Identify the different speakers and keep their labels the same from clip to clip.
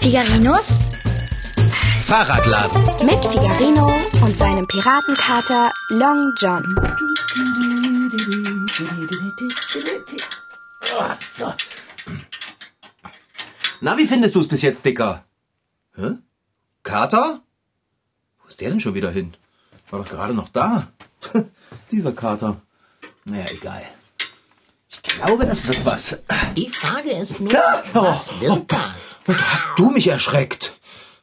Speaker 1: Figarinos
Speaker 2: Fahrradladen.
Speaker 3: Mit Figarino und seinem Piratenkater Long John.
Speaker 2: Na, wie findest du es bis jetzt, Dicker? Hä? Kater? Wo ist der denn schon wieder hin? War doch gerade noch da. Dieser Kater. Naja, egal. Ich glaube, das wird was.
Speaker 4: Die Frage ist nur,
Speaker 2: Ja.
Speaker 4: was
Speaker 2: Oh.
Speaker 4: wird das?
Speaker 2: Und hast du mich erschreckt?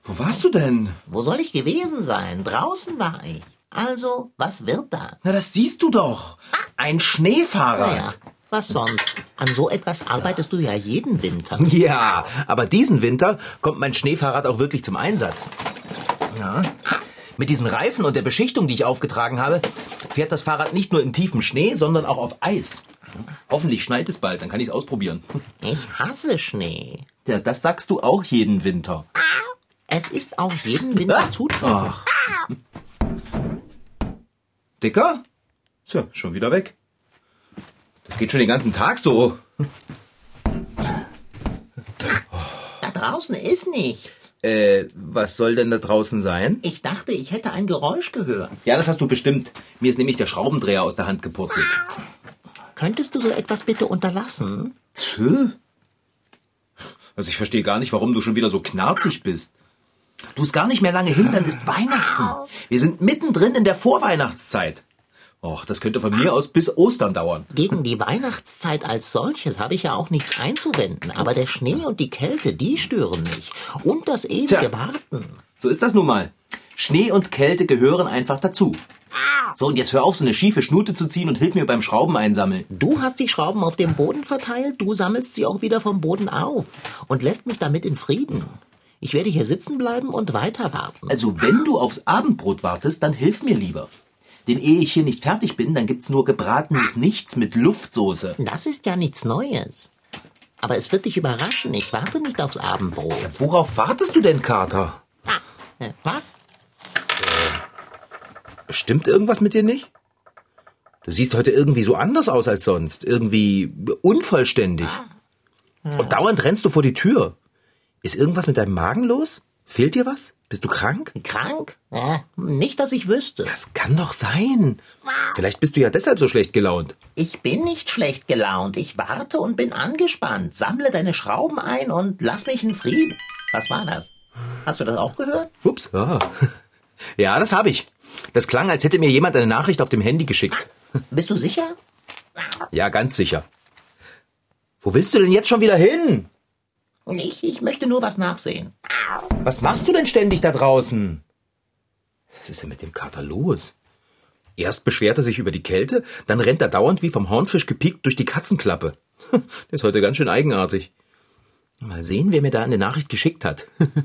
Speaker 2: Wo warst du denn?
Speaker 4: Wo soll ich gewesen sein? Draußen war ich. Also, was wird das?
Speaker 2: Na, das siehst du doch. Ein
Speaker 4: Naja,
Speaker 2: Schneefahrrad.
Speaker 4: was sonst? An so etwas arbeitest du ja jeden Winter.
Speaker 2: Ja, aber diesen Winter kommt mein Schneefahrrad auch wirklich zum Einsatz. Ja. Mit diesen Reifen und der Beschichtung, die ich aufgetragen habe, fährt das Fahrrad nicht nur in tiefem Schnee, sondern auch auf Eis. Hoffentlich schneit es bald, dann kann ich es ausprobieren.
Speaker 4: Ich hasse Schnee.
Speaker 2: Ja, das sagst du auch jeden Winter.
Speaker 4: Es ist auch jeden Winter zutreffend.
Speaker 2: Ach. Dicker? Tja, schon wieder weg. Das geht schon den ganzen Tag so.
Speaker 4: Da draußen ist nichts.
Speaker 2: Äh, was soll denn da draußen sein?
Speaker 4: Ich dachte, ich hätte ein Geräusch gehört.
Speaker 2: Ja, das hast du bestimmt. Mir ist nämlich der Schraubendreher aus der Hand gepurzelt.
Speaker 4: Könntest du so etwas bitte unterlassen?
Speaker 2: Tö. Also ich verstehe gar nicht, warum du schon wieder so knarzig bist. Du ist gar nicht mehr lange hin, dann ist Weihnachten. Wir sind mittendrin in der Vorweihnachtszeit. Och, das könnte von mir aus bis Ostern dauern.
Speaker 4: Gegen die Weihnachtszeit als solches habe ich ja auch nichts einzuwenden. Aber der Schnee und die Kälte, die stören mich. Und das ewige
Speaker 2: Tja.
Speaker 4: Warten.
Speaker 2: So ist das nun mal. Schnee und Kälte gehören einfach dazu. So, und jetzt hör auf, so eine schiefe Schnute zu ziehen und hilf mir beim Schrauben einsammeln.
Speaker 4: Du hast die Schrauben auf dem Boden verteilt, du sammelst sie auch wieder vom Boden auf und lässt mich damit in Frieden. Ich werde hier sitzen bleiben und weiter warten.
Speaker 2: Also, wenn du aufs Abendbrot wartest, dann hilf mir lieber. Denn ehe ich hier nicht fertig bin, dann gibt's nur gebratenes Nichts mit Luftsoße.
Speaker 4: Das ist ja nichts Neues. Aber es wird dich überraschen, ich warte nicht aufs Abendbrot.
Speaker 2: Worauf wartest du denn, Kater?
Speaker 4: Äh, Was?
Speaker 2: Stimmt irgendwas mit dir nicht? Du siehst heute irgendwie so anders aus als sonst, irgendwie unvollständig. Und dauernd rennst du vor die Tür. Ist irgendwas mit deinem Magen los? Fehlt dir was? Bist du krank?
Speaker 4: Krank? Äh, nicht, dass ich wüsste.
Speaker 2: Das kann doch sein. Vielleicht bist du ja deshalb so schlecht gelaunt.
Speaker 4: Ich bin nicht schlecht gelaunt. Ich warte und bin angespannt. Sammle deine Schrauben ein und lass mich in Frieden. Was war das? Hast du das auch gehört?
Speaker 2: Ups. Ah. Ja, das habe ich. Das klang, als hätte mir jemand eine Nachricht auf dem Handy geschickt.
Speaker 4: Bist du sicher?
Speaker 2: Ja, ganz sicher. Wo willst du denn jetzt schon wieder hin?
Speaker 4: Ich, ich möchte nur was nachsehen.
Speaker 2: Was machst du denn ständig da draußen? Was ist denn mit dem Kater los? Erst beschwert er sich über die Kälte, dann rennt er dauernd wie vom Hornfisch gepiekt durch die Katzenklappe. Der ist heute ganz schön eigenartig. Mal sehen, wer mir da eine Nachricht geschickt hat.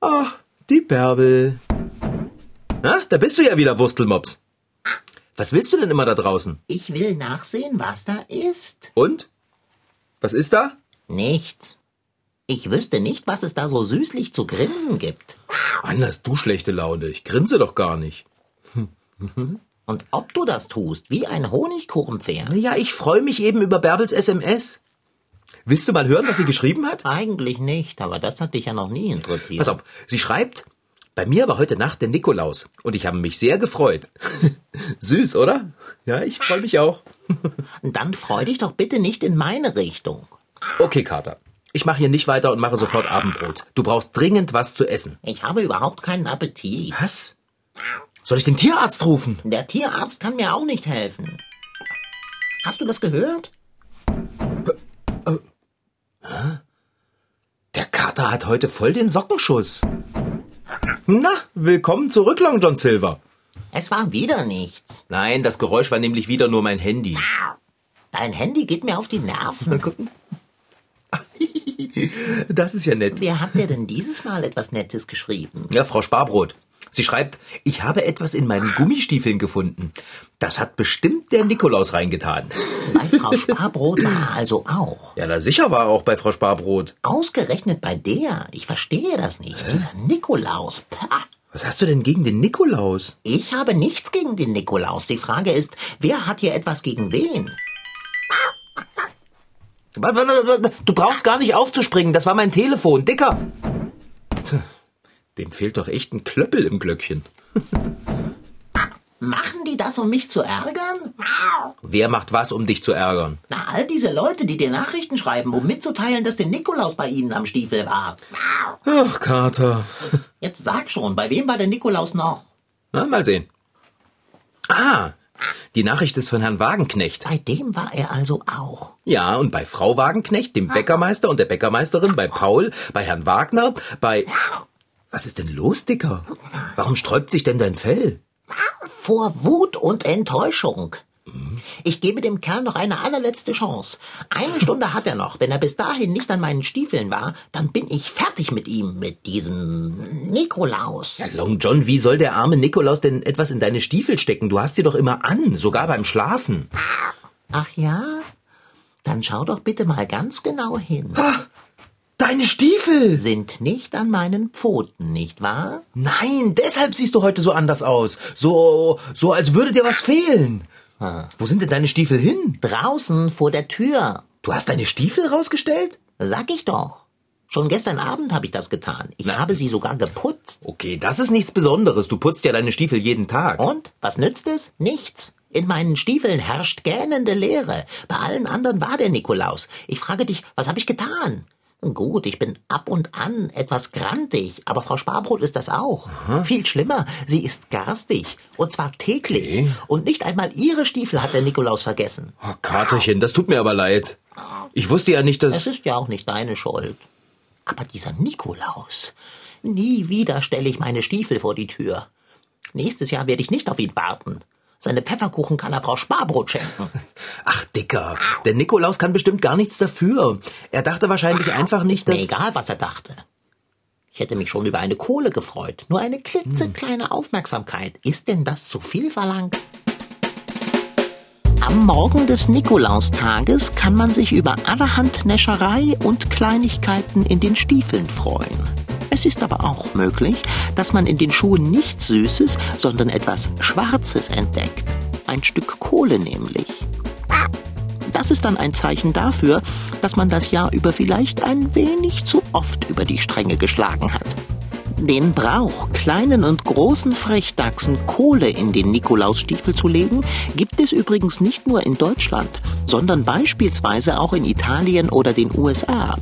Speaker 2: Ah, die Bärbel. Na, da bist du ja wieder, Wurstelmops. Was willst du denn immer da draußen?
Speaker 4: Ich will nachsehen, was da ist.
Speaker 2: Und? Was ist da?
Speaker 4: Nichts. Ich wüsste nicht, was es da so süßlich zu grinsen gibt.
Speaker 2: Anders, du schlechte Laune. Ich grinse doch gar nicht.
Speaker 4: Und ob du das tust, wie ein Honigkuchenpferd.
Speaker 2: Naja, ich freue mich eben über Bärbels SMS. Willst du mal hören, was sie geschrieben hat?
Speaker 4: Eigentlich nicht, aber das hat dich ja noch nie interessiert.
Speaker 2: Pass auf, sie schreibt, bei mir war heute Nacht der Nikolaus und ich habe mich sehr gefreut. Süß, oder? Ja, ich freue mich auch.
Speaker 4: Dann freu dich doch bitte nicht in meine Richtung.
Speaker 2: Okay, Kater, ich mache hier nicht weiter und mache sofort Abendbrot. Du brauchst dringend was zu essen.
Speaker 4: Ich habe überhaupt keinen Appetit.
Speaker 2: Was? Soll ich den Tierarzt rufen?
Speaker 4: Der Tierarzt kann mir auch nicht helfen. Hast du das gehört?
Speaker 2: Der Kater hat heute voll den Sockenschuss. Na, willkommen zurück, Long John Silver.
Speaker 4: Es war wieder nichts.
Speaker 2: Nein, das Geräusch war nämlich wieder nur mein Handy.
Speaker 4: Dein Handy geht mir auf die Nerven.
Speaker 2: Das ist ja nett.
Speaker 4: Wer hat dir denn dieses Mal etwas Nettes geschrieben?
Speaker 2: Ja, Frau Sparbrot. Sie schreibt, ich habe etwas in meinen Gummistiefeln gefunden. Das hat bestimmt der Nikolaus reingetan.
Speaker 4: Bei Frau Sparbrot war er also auch.
Speaker 2: Ja, da sicher war er auch bei Frau Sparbrot.
Speaker 4: Ausgerechnet bei der. Ich verstehe das nicht. Dieser Nikolaus. Pah.
Speaker 2: Was hast du denn gegen den Nikolaus?
Speaker 4: Ich habe nichts gegen den Nikolaus. Die Frage ist, wer hat hier etwas gegen wen?
Speaker 2: Du brauchst gar nicht aufzuspringen, das war mein Telefon. Dicker! Tja, Dem fehlt doch echt ein Klöppel im Glöckchen.
Speaker 4: Machen die das, um mich zu ärgern?
Speaker 2: Wer macht was, um dich zu ärgern?
Speaker 4: Na, all diese Leute, die dir Nachrichten schreiben, um mitzuteilen, dass der Nikolaus bei ihnen am Stiefel war.
Speaker 2: Ach, Kater.
Speaker 4: Jetzt sag schon, bei wem war der Nikolaus noch?
Speaker 2: Na, mal sehen. Ah, die Nachricht ist von Herrn Wagenknecht.
Speaker 4: Bei dem war er also auch.
Speaker 2: Ja, und bei Frau Wagenknecht, dem Bäckermeister und der Bäckermeisterin, bei Paul, bei Herrn Wagner, bei... Was ist denn los, Dicker? Warum sträubt sich denn dein Fell?
Speaker 4: Vor Wut und Enttäuschung. Ich gebe dem Kerl noch eine allerletzte Chance. Eine Stunde hat er noch. Wenn er bis dahin nicht an meinen Stiefeln war, dann bin ich fertig mit ihm, mit diesem Nikolaus.
Speaker 2: Ja, Long John, wie soll der arme Nikolaus denn etwas in deine Stiefel stecken? Du hast sie doch immer an, sogar beim Schlafen.
Speaker 4: Ach ja? Dann schau doch bitte mal ganz genau hin.
Speaker 2: Deine Stiefel!
Speaker 4: Sind nicht an meinen Pfoten, nicht wahr?
Speaker 2: Nein, deshalb siehst du heute so anders aus. So, so als würde dir was fehlen. Wo sind denn deine Stiefel hin?
Speaker 4: Draußen vor der Tür.
Speaker 2: Du hast deine Stiefel rausgestellt?
Speaker 4: Sag ich doch. Schon gestern Abend habe ich das getan. Ich habe sie sogar geputzt.
Speaker 2: Okay, das ist nichts Besonderes. Du putzt ja deine Stiefel jeden Tag.
Speaker 4: Und? Was nützt es? Nichts. In meinen Stiefeln herrscht gähnende Leere. Bei allen anderen war der Nikolaus. Ich frage dich, was habe ich getan? Gut, ich bin ab und an etwas grantig, aber Frau Sparbrot ist das auch. Viel schlimmer, sie ist garstig. Und zwar täglich. Und nicht einmal ihre Stiefel hat der Nikolaus vergessen.
Speaker 2: Oh, Katerchen, das tut mir aber leid. Ich wusste ja nicht,
Speaker 4: Es
Speaker 2: dass...
Speaker 4: ist ja auch nicht deine Schuld. Aber dieser Nikolaus. Nie wieder stelle ich meine Stiefel vor die Tür. Nächstes Jahr werde ich nicht auf ihn warten. Seine Pfefferkuchen kann er Frau Sparbrot schenken.
Speaker 2: Ach, Dicker, der Nikolaus kann bestimmt gar nichts dafür. Er dachte wahrscheinlich einfach nicht,
Speaker 4: Mir
Speaker 2: dass...
Speaker 4: egal, was er dachte. Ich hätte mich schon über eine Kohle gefreut. Nur eine klitzekleine Aufmerksamkeit. Ist denn das zu viel verlangt? Am Morgen des Nikolaustages kann man sich über allerhand Näscherei und Kleinigkeiten in den Stiefeln freuen. Es ist aber auch möglich, dass man in den Schuhen nichts Süßes, sondern etwas Schwarzes entdeckt. Ein Stück Kohle nämlich. Das ist dann ein Zeichen dafür, dass man das Jahr über vielleicht ein wenig zu oft über die Stränge geschlagen hat. Den Brauch, kleinen und großen Frechdachsen Kohle in den Nikolausstiefel zu legen, gibt es übrigens nicht nur in Deutschland, sondern beispielsweise auch in Italien oder den USA.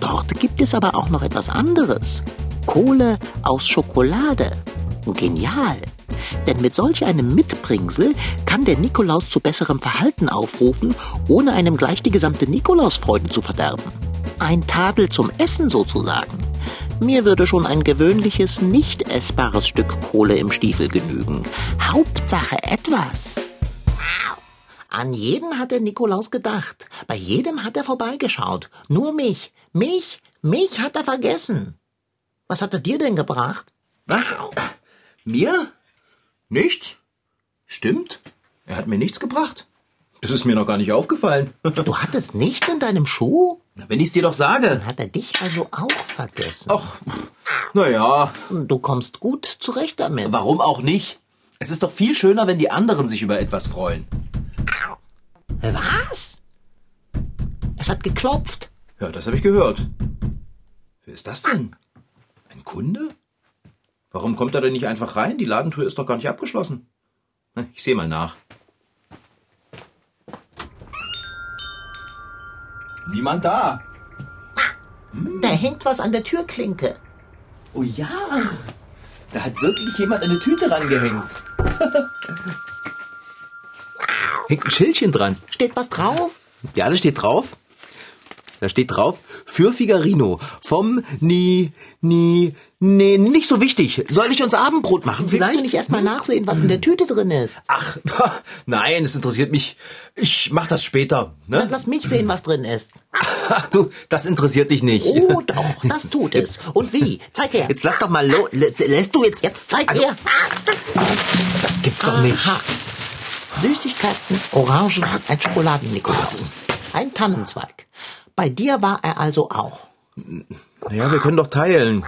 Speaker 4: Dort gibt es aber auch noch etwas anderes. Kohle aus Schokolade. Genial. Denn mit solch einem Mitbringsel kann der Nikolaus zu besserem Verhalten aufrufen, ohne einem gleich die gesamte Nikolausfreude zu verderben. Ein Tadel zum Essen sozusagen. Mir würde schon ein gewöhnliches, nicht essbares Stück Kohle im Stiefel genügen. Hauptsache etwas. An jeden hat der Nikolaus gedacht. Bei jedem hat er vorbeigeschaut. Nur mich. Mich, mich hat er vergessen. Was hat er dir denn gebracht?
Speaker 2: Was? Mir? Nichts? Stimmt? Er hat mir nichts gebracht. Das ist mir noch gar nicht aufgefallen.
Speaker 4: Du hattest nichts in deinem Schuh?
Speaker 2: Wenn ich's dir doch sage.
Speaker 4: Hat er dich also auch vergessen?
Speaker 2: Ach, naja,
Speaker 4: Du kommst gut zurecht damit.
Speaker 2: warum auch nicht? Es ist doch viel schöner, wenn die anderen sich über etwas freuen.
Speaker 4: Was? Es hat geklopft.
Speaker 2: Ja, das habe ich gehört. Wer ist das denn? Ein Kunde? Warum kommt er denn nicht einfach rein? Die Ladentür ist doch gar nicht abgeschlossen. Na, Ich sehe mal nach. Niemand da.
Speaker 4: Da hängt was an der Türklinke.
Speaker 2: Oh ja, da hat wirklich jemand eine Tüte rangehängt. Hängt ein Schildchen dran.
Speaker 4: Steht was drauf?
Speaker 2: Ja, da steht drauf. Da steht drauf, für Figarino. Vom Ni, Ni, nee, nicht so wichtig. Soll ich uns Abendbrot machen
Speaker 4: Willst
Speaker 2: vielleicht? hm?
Speaker 4: du nicht erstmal nachsehen, was in der Tüte drin ist?
Speaker 2: Ach, nein, es interessiert mich. Ich mach das später.
Speaker 4: Dann
Speaker 2: Ne?
Speaker 4: lass mich sehen, was drin ist.
Speaker 2: Ach, du, das interessiert dich nicht.
Speaker 4: Oh doch, das tut es. Und wie? Zeig her.
Speaker 2: Jetzt lass doch mal lo lä- lässt du jetzt
Speaker 4: Jetzt zeig
Speaker 2: Also-
Speaker 4: her.
Speaker 2: Das gibt's doch nicht.
Speaker 4: Aha. Süßigkeiten, Orangen, ein Schokoladen-Nikolaus. Ein Tannenzweig. Bei dir war er also auch.
Speaker 2: Naja, wir können doch teilen.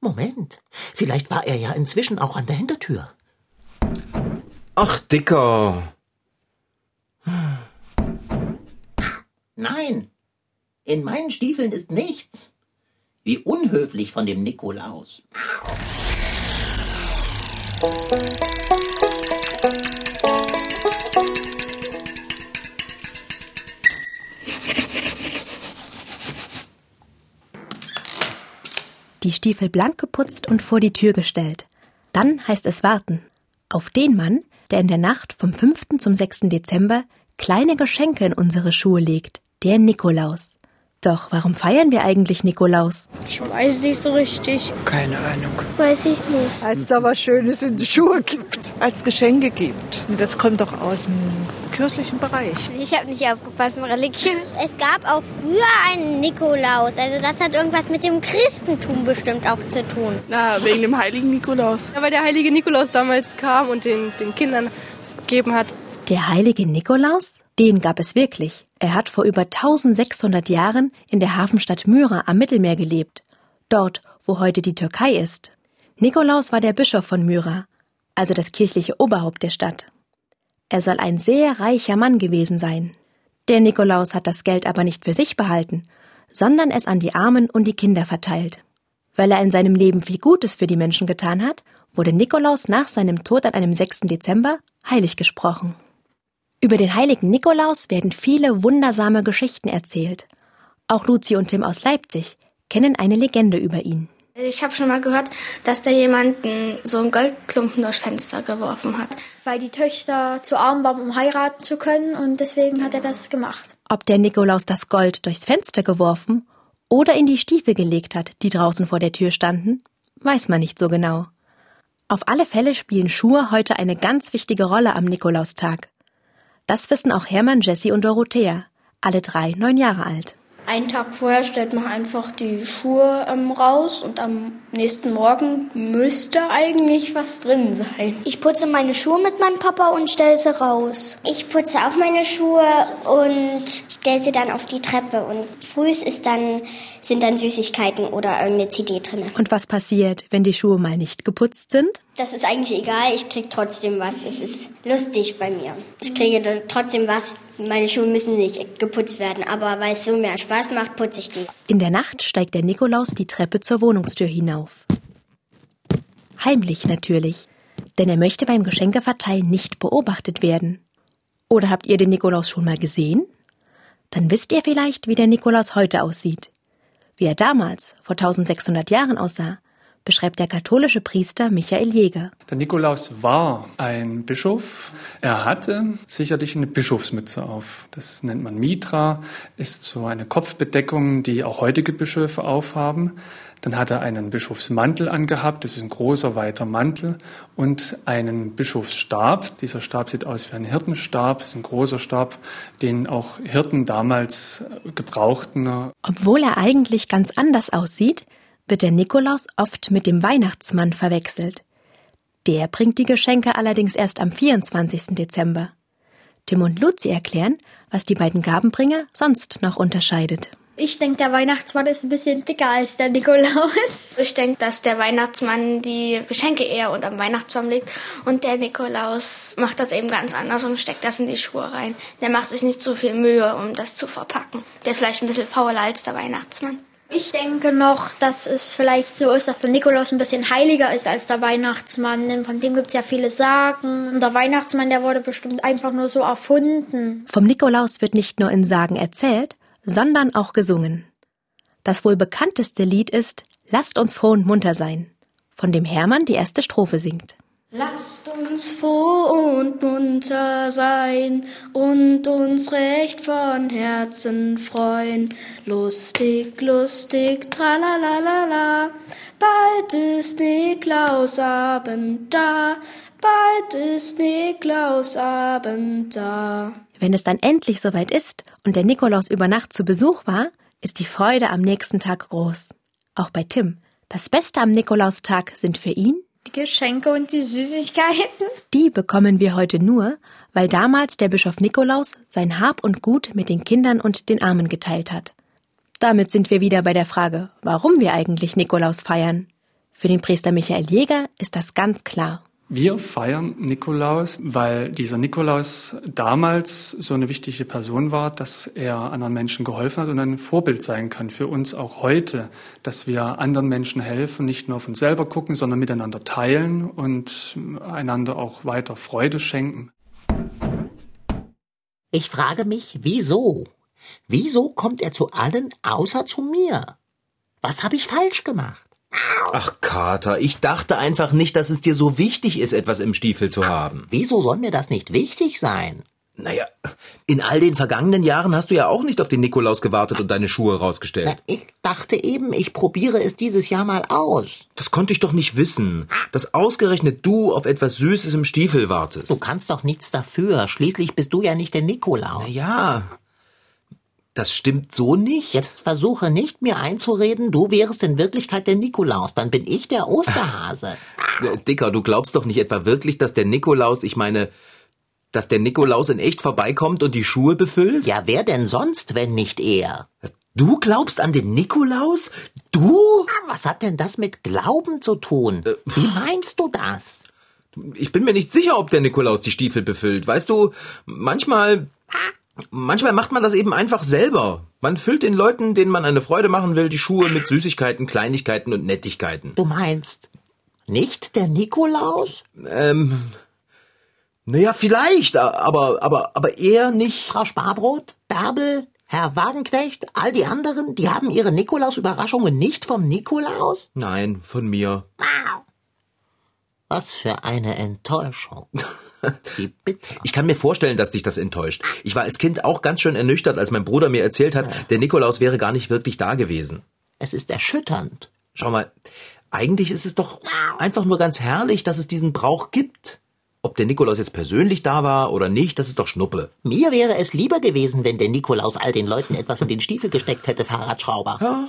Speaker 4: Moment, vielleicht war er ja inzwischen auch an der Hintertür.
Speaker 2: Ach, Dicker.
Speaker 4: Nein, in meinen Stiefeln ist nichts. Wie unhöflich von dem Nikolaus.
Speaker 1: die Stiefel blank geputzt und vor die Tür gestellt. Dann heißt es warten. Auf den Mann, der in der Nacht vom 5. zum 6. Dezember kleine Geschenke in unsere Schuhe legt, der Nikolaus. Doch warum feiern wir eigentlich Nikolaus?
Speaker 5: Ich weiß nicht so richtig.
Speaker 6: Keine Ahnung.
Speaker 5: Weiß ich nicht.
Speaker 7: Als da was Schönes in die Schuhe gibt,
Speaker 6: als Geschenke gibt. Das kommt doch aus dem kirchlichen Bereich.
Speaker 5: Ich habe nicht aufgepasst in Religion. Es gab auch früher einen Nikolaus. Also das hat irgendwas mit dem Christentum bestimmt auch zu tun.
Speaker 6: Na, wegen dem heiligen Nikolaus.
Speaker 8: Ja, weil der heilige Nikolaus damals kam und den, den Kindern es gegeben hat.
Speaker 1: Der heilige Nikolaus? Den gab es wirklich. Er hat vor über 1600 Jahren in der Hafenstadt Myra am Mittelmeer gelebt, dort, wo heute die Türkei ist. Nikolaus war der Bischof von Myra, also das kirchliche Oberhaupt der Stadt. Er soll ein sehr reicher Mann gewesen sein. Der Nikolaus hat das Geld aber nicht für sich behalten, sondern es an die Armen und die Kinder verteilt. Weil er in seinem Leben viel Gutes für die Menschen getan hat, wurde Nikolaus nach seinem Tod an einem 6. Dezember heilig gesprochen. Über den heiligen Nikolaus werden viele wundersame Geschichten erzählt. Auch Luzi und Tim aus Leipzig kennen eine Legende über ihn.
Speaker 9: Ich habe schon mal gehört, dass da jemand so einen Goldklumpen durchs Fenster geworfen hat.
Speaker 10: Weil die Töchter zu arm waren, um heiraten zu können und deswegen hat er das gemacht.
Speaker 1: Ob der Nikolaus das Gold durchs Fenster geworfen oder in die Stiefel gelegt hat, die draußen vor der Tür standen, weiß man nicht so genau. Auf alle Fälle spielen Schuhe heute eine ganz wichtige Rolle am Nikolaustag. Das wissen auch Hermann, Jessie und Dorothea, alle drei neun Jahre alt.
Speaker 11: Einen Tag vorher stellt man einfach die Schuhe ähm, raus und am nächsten Morgen müsste eigentlich was drin sein.
Speaker 5: Ich putze meine Schuhe mit meinem Papa und stelle sie raus.
Speaker 12: Ich putze auch meine Schuhe und stelle sie dann auf die Treppe und frühs ist dann, sind dann Süßigkeiten oder irgendeine CD drin.
Speaker 1: Und was passiert, wenn die Schuhe mal nicht geputzt sind?
Speaker 12: Das ist eigentlich egal, ich kriege trotzdem was. Es ist lustig bei mir. Ich kriege trotzdem was. Meine Schuhe müssen nicht geputzt werden, aber weil es so mehr Spaß macht, putze ich die.
Speaker 1: In der Nacht steigt der Nikolaus die Treppe zur Wohnungstür hinauf. Heimlich natürlich, denn er möchte beim Geschenkeverteilen nicht beobachtet werden. Oder habt ihr den Nikolaus schon mal gesehen? Dann wisst ihr vielleicht, wie der Nikolaus heute aussieht. Wie er damals, vor 1600 Jahren aussah, beschreibt der katholische Priester Michael Jäger.
Speaker 13: Der Nikolaus war ein Bischof. Er hatte sicherlich eine Bischofsmütze auf. Das nennt man Mitra, ist so eine Kopfbedeckung, die auch heutige Bischöfe aufhaben. Dann hat er einen Bischofsmantel angehabt, das ist ein großer, weiter Mantel, und einen Bischofsstab. Dieser Stab sieht aus wie ein Hirtenstab, das ist ein großer Stab, den auch Hirten damals gebrauchten.
Speaker 1: Obwohl er eigentlich ganz anders aussieht, wird der Nikolaus oft mit dem Weihnachtsmann verwechselt. Der bringt die Geschenke allerdings erst am 24. Dezember. Tim und Luzi erklären, was die beiden Gabenbringer sonst noch unterscheidet.
Speaker 10: Ich denke, der Weihnachtsmann ist ein bisschen dicker als der Nikolaus.
Speaker 11: Ich denke, dass der Weihnachtsmann die Geschenke eher unterm Weihnachtsbaum legt und der Nikolaus macht das eben ganz anders und steckt das in die Schuhe rein. Der macht sich nicht so viel Mühe, um das zu verpacken. Der ist vielleicht ein bisschen fauler als der Weihnachtsmann.
Speaker 10: Ich denke noch, dass es vielleicht so ist, dass der Nikolaus ein bisschen heiliger ist als der Weihnachtsmann. Denn von dem gibt es ja viele Sagen. Und der Weihnachtsmann, der wurde bestimmt einfach nur so erfunden.
Speaker 1: Vom Nikolaus wird nicht nur in Sagen erzählt, sondern auch gesungen. Das wohl bekannteste Lied ist Lasst uns froh und munter sein, von dem Hermann die erste Strophe singt.
Speaker 14: Lasst uns froh und munter sein und uns recht von Herzen freuen. Lustig, lustig, tralalala. Bald ist Niklausabend da, bald ist Niklausabend da.
Speaker 1: Wenn es dann endlich soweit ist und der Nikolaus über Nacht zu Besuch war, ist die Freude am nächsten Tag groß. Auch bei Tim. Das Beste am Nikolaustag sind für ihn
Speaker 10: die Geschenke und die Süßigkeiten?
Speaker 1: Die bekommen wir heute nur, weil damals der Bischof Nikolaus sein Hab und Gut mit den Kindern und den Armen geteilt hat. Damit sind wir wieder bei der Frage, warum wir eigentlich Nikolaus feiern. Für den Priester Michael Jäger ist das ganz klar.
Speaker 13: Wir feiern Nikolaus, weil dieser Nikolaus damals so eine wichtige Person war, dass er anderen Menschen geholfen hat und ein Vorbild sein kann für uns auch heute, dass wir anderen Menschen helfen, nicht nur auf uns selber gucken, sondern miteinander teilen und einander auch weiter Freude schenken.
Speaker 4: Ich frage mich, wieso? Wieso kommt er zu allen außer zu mir? Was habe ich falsch gemacht?
Speaker 2: Ach, Kater, ich dachte einfach nicht, dass es dir so wichtig ist, etwas im Stiefel zu haben.
Speaker 4: Wieso soll mir das nicht wichtig sein?
Speaker 2: Naja, in all den vergangenen Jahren hast du ja auch nicht auf den Nikolaus gewartet und deine Schuhe rausgestellt. Na,
Speaker 4: ich dachte eben, ich probiere es dieses Jahr mal aus.
Speaker 2: Das konnte ich doch nicht wissen, dass ausgerechnet du auf etwas Süßes im Stiefel wartest.
Speaker 4: Du kannst doch nichts dafür. Schließlich bist du ja nicht der Nikolaus.
Speaker 2: Na ja, das stimmt so nicht.
Speaker 4: Jetzt versuche nicht mir einzureden, du wärest in Wirklichkeit der Nikolaus, dann bin ich der Osterhase.
Speaker 2: Äh, Dicker, du glaubst doch nicht etwa wirklich, dass der Nikolaus, ich meine, dass der Nikolaus in echt vorbeikommt und die Schuhe befüllt?
Speaker 4: Ja, wer denn sonst, wenn nicht er?
Speaker 2: Du glaubst an den Nikolaus? Du?
Speaker 4: Was hat denn das mit Glauben zu tun? Äh, Wie meinst du das?
Speaker 2: Ich bin mir nicht sicher, ob der Nikolaus die Stiefel befüllt. Weißt du, manchmal Manchmal macht man das eben einfach selber. Man füllt den Leuten, denen man eine Freude machen will, die Schuhe mit Süßigkeiten, Kleinigkeiten und Nettigkeiten.
Speaker 4: Du meinst nicht der Nikolaus?
Speaker 2: Ähm. Naja, vielleicht, aber, aber, aber eher nicht.
Speaker 4: Frau Sparbrot, Bärbel, Herr Wagenknecht, all die anderen, die haben ihre Nikolaus-Überraschungen nicht vom Nikolaus?
Speaker 2: Nein, von mir.
Speaker 4: Was für eine Enttäuschung.
Speaker 2: Ich kann mir vorstellen, dass dich das enttäuscht. Ich war als Kind auch ganz schön ernüchtert, als mein Bruder mir erzählt hat, der Nikolaus wäre gar nicht wirklich da gewesen.
Speaker 4: Es ist erschütternd.
Speaker 2: Schau mal, eigentlich ist es doch einfach nur ganz herrlich, dass es diesen Brauch gibt. Ob der Nikolaus jetzt persönlich da war oder nicht, das ist doch Schnuppe.
Speaker 4: Mir wäre es lieber gewesen, wenn der Nikolaus all den Leuten etwas in den Stiefel gesteckt hätte, Fahrradschrauber.
Speaker 2: Ja,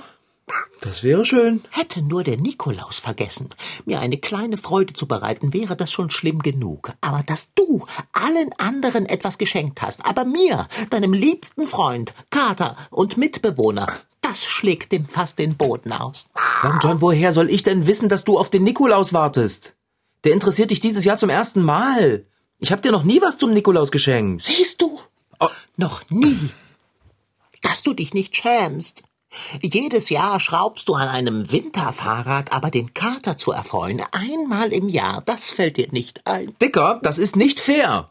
Speaker 2: das wäre schön.
Speaker 4: Hätte nur der Nikolaus vergessen, mir eine kleine Freude zu bereiten, wäre das schon schlimm genug. Aber dass du allen anderen etwas geschenkt hast, aber mir, deinem liebsten Freund, Kater und Mitbewohner, das schlägt dem fast den Boden aus.
Speaker 2: Long John, woher soll ich denn wissen, dass du auf den Nikolaus wartest? Der interessiert dich dieses Jahr zum ersten Mal. Ich hab dir noch nie was zum Nikolaus geschenkt.
Speaker 4: Siehst du? Oh. Noch nie. Dass du dich nicht schämst. Jedes Jahr schraubst du an einem Winterfahrrad, aber den Kater zu erfreuen, einmal im Jahr, das fällt dir nicht ein.
Speaker 2: Dicker, das ist nicht fair.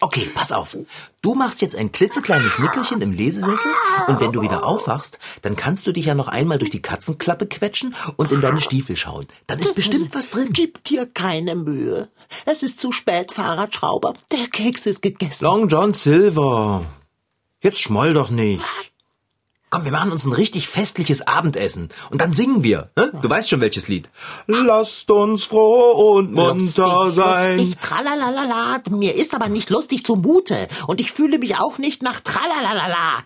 Speaker 2: Okay, pass auf. Du machst jetzt ein klitzekleines Nickerchen im Lesesessel und wenn du wieder aufwachst, dann kannst du dich ja noch einmal durch die Katzenklappe quetschen und in deine Stiefel schauen. Dann ist bestimmt was drin.
Speaker 4: Gib dir keine Mühe. Es ist zu spät, Fahrradschrauber. Der Keks ist gegessen.
Speaker 2: Long John Silver. Jetzt schmoll doch nicht. Komm, wir machen uns ein richtig festliches Abendessen und dann singen wir. Ne? Du weißt schon welches Lied. Lasst uns froh und munter
Speaker 4: lustig,
Speaker 2: sein.
Speaker 4: Lustig, tralalala. Mir ist aber nicht lustig zumute und ich fühle mich auch nicht nach tralalala.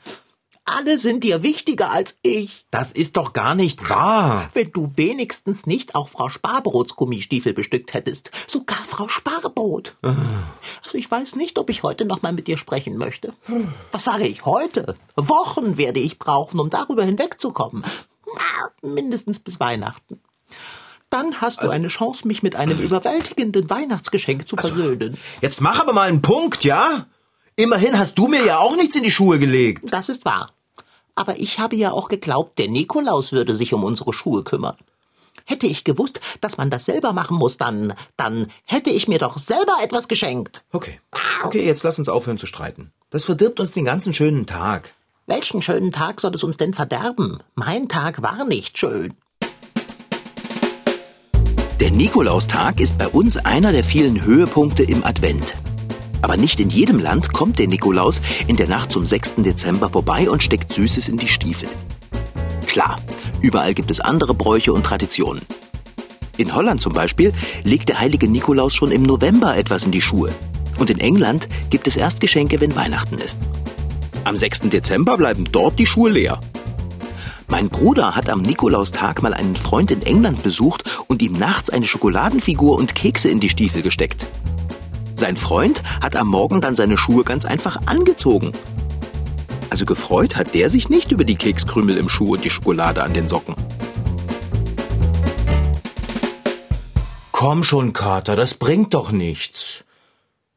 Speaker 4: Alle sind dir wichtiger als ich.
Speaker 2: Das ist doch gar nicht wahr.
Speaker 4: Wenn du wenigstens nicht auch Frau Sparbrots Gummistiefel bestückt hättest. Sogar Frau Sparbrot. Also ich weiß nicht, ob ich heute nochmal mit dir sprechen möchte. Was sage ich heute? Wochen werde ich brauchen, um darüber hinwegzukommen. Mindestens bis Weihnachten. Dann hast du eine Chance, mich mit einem überwältigenden Weihnachtsgeschenk zu versöhnen.
Speaker 2: Jetzt mach aber mal einen Punkt, ja? Immerhin hast du mir ja auch nichts in die Schuhe gelegt.
Speaker 4: Das ist wahr. Aber ich habe ja auch geglaubt, der Nikolaus würde sich um unsere Schuhe kümmern. Hätte ich gewusst, dass man das selber machen muss, dann, dann hätte ich mir doch selber etwas geschenkt.
Speaker 2: Okay. Okay, jetzt lass uns aufhören zu streiten. Das verdirbt uns den ganzen schönen Tag.
Speaker 4: Welchen schönen Tag soll es uns denn verderben? Mein Tag war nicht schön.
Speaker 15: Der Nikolaustag ist bei uns einer der vielen Höhepunkte im Advent. Aber nicht in jedem Land kommt der Nikolaus in der Nacht zum 6. Dezember vorbei und steckt Süßes in die Stiefel. Klar, überall gibt es andere Bräuche und Traditionen. In Holland zum Beispiel legt der heilige Nikolaus schon im November etwas in die Schuhe. Und in England gibt es erst Geschenke, wenn Weihnachten ist. Am 6. Dezember bleiben dort die Schuhe leer. Mein Bruder hat am Nikolaustag mal einen Freund in England besucht und ihm nachts eine Schokoladenfigur und Kekse in die Stiefel gesteckt. Sein Freund hat am Morgen dann seine Schuhe ganz einfach angezogen. Also gefreut hat der sich nicht über die Kekskrümel im Schuh und die Schokolade an den Socken.
Speaker 2: Komm schon, Kater, das bringt doch nichts.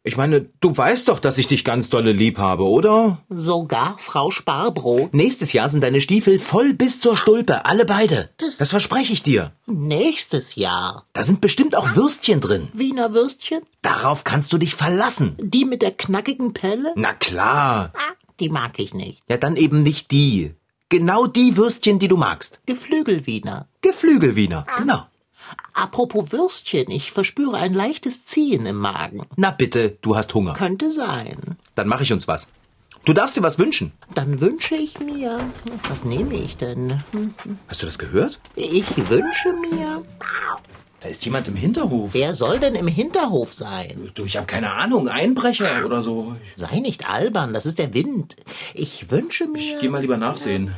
Speaker 2: Ich meine, du weißt doch, dass ich dich ganz dolle lieb habe, oder?
Speaker 4: Sogar Frau Sparbro.
Speaker 2: Nächstes Jahr sind deine Stiefel voll bis zur Stulpe, alle beide. Das verspreche ich dir.
Speaker 4: Nächstes Jahr.
Speaker 2: Da sind bestimmt auch Würstchen drin.
Speaker 4: Wiener Würstchen?
Speaker 2: Darauf kannst du dich verlassen.
Speaker 4: Die mit der knackigen Pelle?
Speaker 2: Na klar.
Speaker 4: Die mag ich nicht.
Speaker 2: Ja, dann eben nicht die. Genau die Würstchen, die du magst.
Speaker 4: Geflügelwiener.
Speaker 2: Geflügelwiener, genau.
Speaker 4: Apropos Würstchen, ich verspüre ein leichtes Ziehen im Magen.
Speaker 2: Na bitte, du hast Hunger.
Speaker 4: Könnte sein.
Speaker 2: Dann mache ich uns was. Du darfst dir was wünschen.
Speaker 4: Dann wünsche ich mir. Was nehme ich denn? Hm,
Speaker 2: Hast du das gehört?
Speaker 4: Ich wünsche mir.
Speaker 2: Da ist jemand im Hinterhof.
Speaker 4: Wer soll denn im Hinterhof sein?
Speaker 2: Du, ich habe keine Ahnung. Einbrecher oder so.
Speaker 4: Sei nicht albern, das ist der Wind. Ich wünsche mir.
Speaker 2: Ich geh mal lieber nachsehen.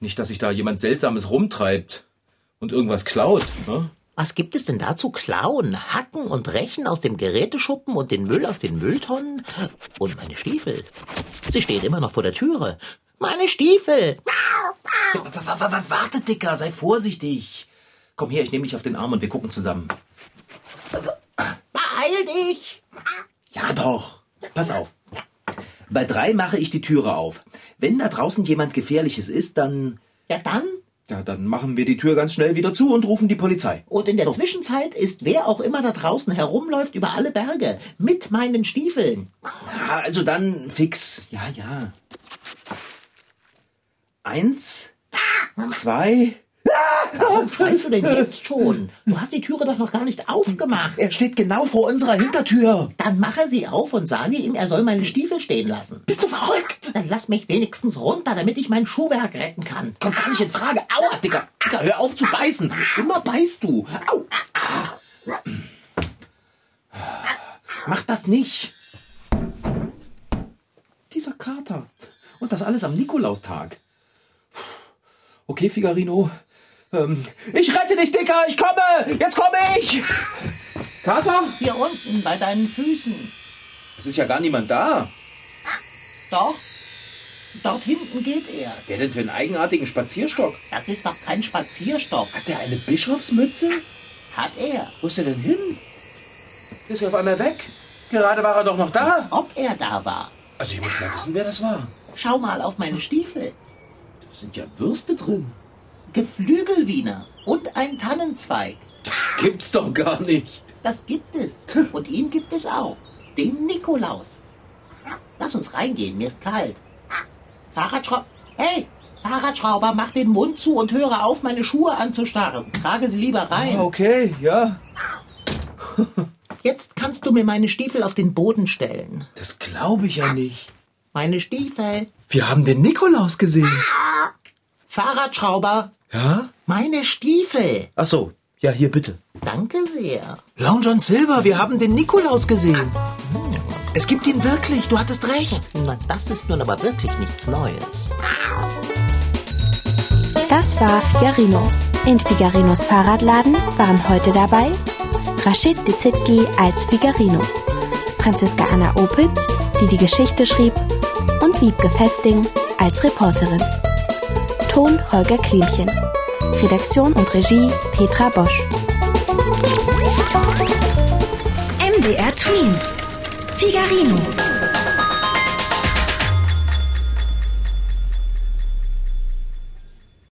Speaker 2: Nicht, dass sich da jemand Seltsames rumtreibt und irgendwas klaut. Ne?
Speaker 4: Was gibt es denn da zu klauen? Hacken und Rechen aus dem Geräteschuppen und den Müll aus den Mülltonnen? Und meine Stiefel. Sie stehen immer noch vor der Türe. Meine
Speaker 2: W-
Speaker 4: Stiefel!
Speaker 2: w- w- Warte, Dicker, sei vorsichtig. Komm her, ich nehme dich auf den Arm und wir gucken zusammen.
Speaker 4: Beeil dich!
Speaker 2: Ja doch. Pass auf. Bei drei mache ich die Türe auf. Wenn da draußen jemand Gefährliches ist, dann.
Speaker 4: Ja, dann?
Speaker 2: Ja, dann machen wir die Tür ganz schnell wieder zu und rufen die Polizei.
Speaker 4: Und in der Zwischenzeit ist wer auch immer da draußen herumläuft über alle Berge. Mit meinen Stiefeln.
Speaker 2: Ah, also dann fix. Ja, ja. Eins, zwei.
Speaker 4: Warum schreist du denn jetzt schon? Du hast die Türe doch noch gar nicht aufgemacht.
Speaker 2: Er steht genau vor unserer Hintertür.
Speaker 4: Dann mache sie auf und sage ihm, er soll meine Stiefel stehen lassen.
Speaker 2: Bist du verrückt?
Speaker 4: Dann lass mich wenigstens runter, damit ich mein Schuhwerk retten kann.
Speaker 2: Kommt gar nicht in Frage. Aua, Dicker. Dicker, hör auf zu beißen. Immer beißt du. Au. Ah. Mach das nicht. Dieser Kater. Und das alles am Nikolaustag. Okay, Figarino. Ähm, ich rette dich, Dicker. Ich komme. Jetzt komme ich. Kater?
Speaker 4: Hier unten bei deinen Füßen.
Speaker 2: Es ist ja gar niemand da.
Speaker 4: Doch. Dort hinten geht er.
Speaker 2: Der denn für einen eigenartigen Spazierstock?
Speaker 4: Das ist doch kein Spazierstock.
Speaker 2: Hat der eine Bischofsmütze?
Speaker 4: Hat er.
Speaker 2: Wo ist er denn hin? Ist er auf einmal weg? Gerade war er doch noch da.
Speaker 4: Ob er da war.
Speaker 2: Also ich muss mal wissen, wer das war.
Speaker 4: Schau mal auf meine Stiefel.
Speaker 2: Da sind ja Würste drin.
Speaker 4: Geflügelwiener und ein Tannenzweig.
Speaker 2: Das gibt's doch gar nicht.
Speaker 4: Das gibt es. Und ihn gibt es auch. Den Nikolaus. Lass uns reingehen, mir ist kalt. Fahrradschrauber. Hey! Fahrradschrauber, mach den Mund zu und höre auf, meine Schuhe anzustarren. Trage sie lieber rein.
Speaker 2: Okay, ja.
Speaker 4: Jetzt kannst du mir meine Stiefel auf den Boden stellen.
Speaker 2: Das glaube ich ja nicht.
Speaker 4: Meine Stiefel.
Speaker 2: Wir haben den Nikolaus gesehen.
Speaker 4: Fahrradschrauber,
Speaker 2: Ja?
Speaker 4: meine Stiefel.
Speaker 2: Ach so. Ja, hier bitte.
Speaker 4: Danke sehr.
Speaker 2: Long John Silver, wir haben den Nikolaus gesehen. Es gibt ihn wirklich, du hattest recht.
Speaker 4: Na, das ist nun aber wirklich nichts Neues.
Speaker 1: Das war Figarino. In Figarinos Fahrradladen waren heute dabei Rashid Desitki als Figarino, Franziska Anna Opitz, die die Geschichte schrieb, und Wiebke Festing als Reporterin. Ton Holger Klimchen. Redaktion und Regie Petra Bosch.
Speaker 16: MDR Twins. Figarino.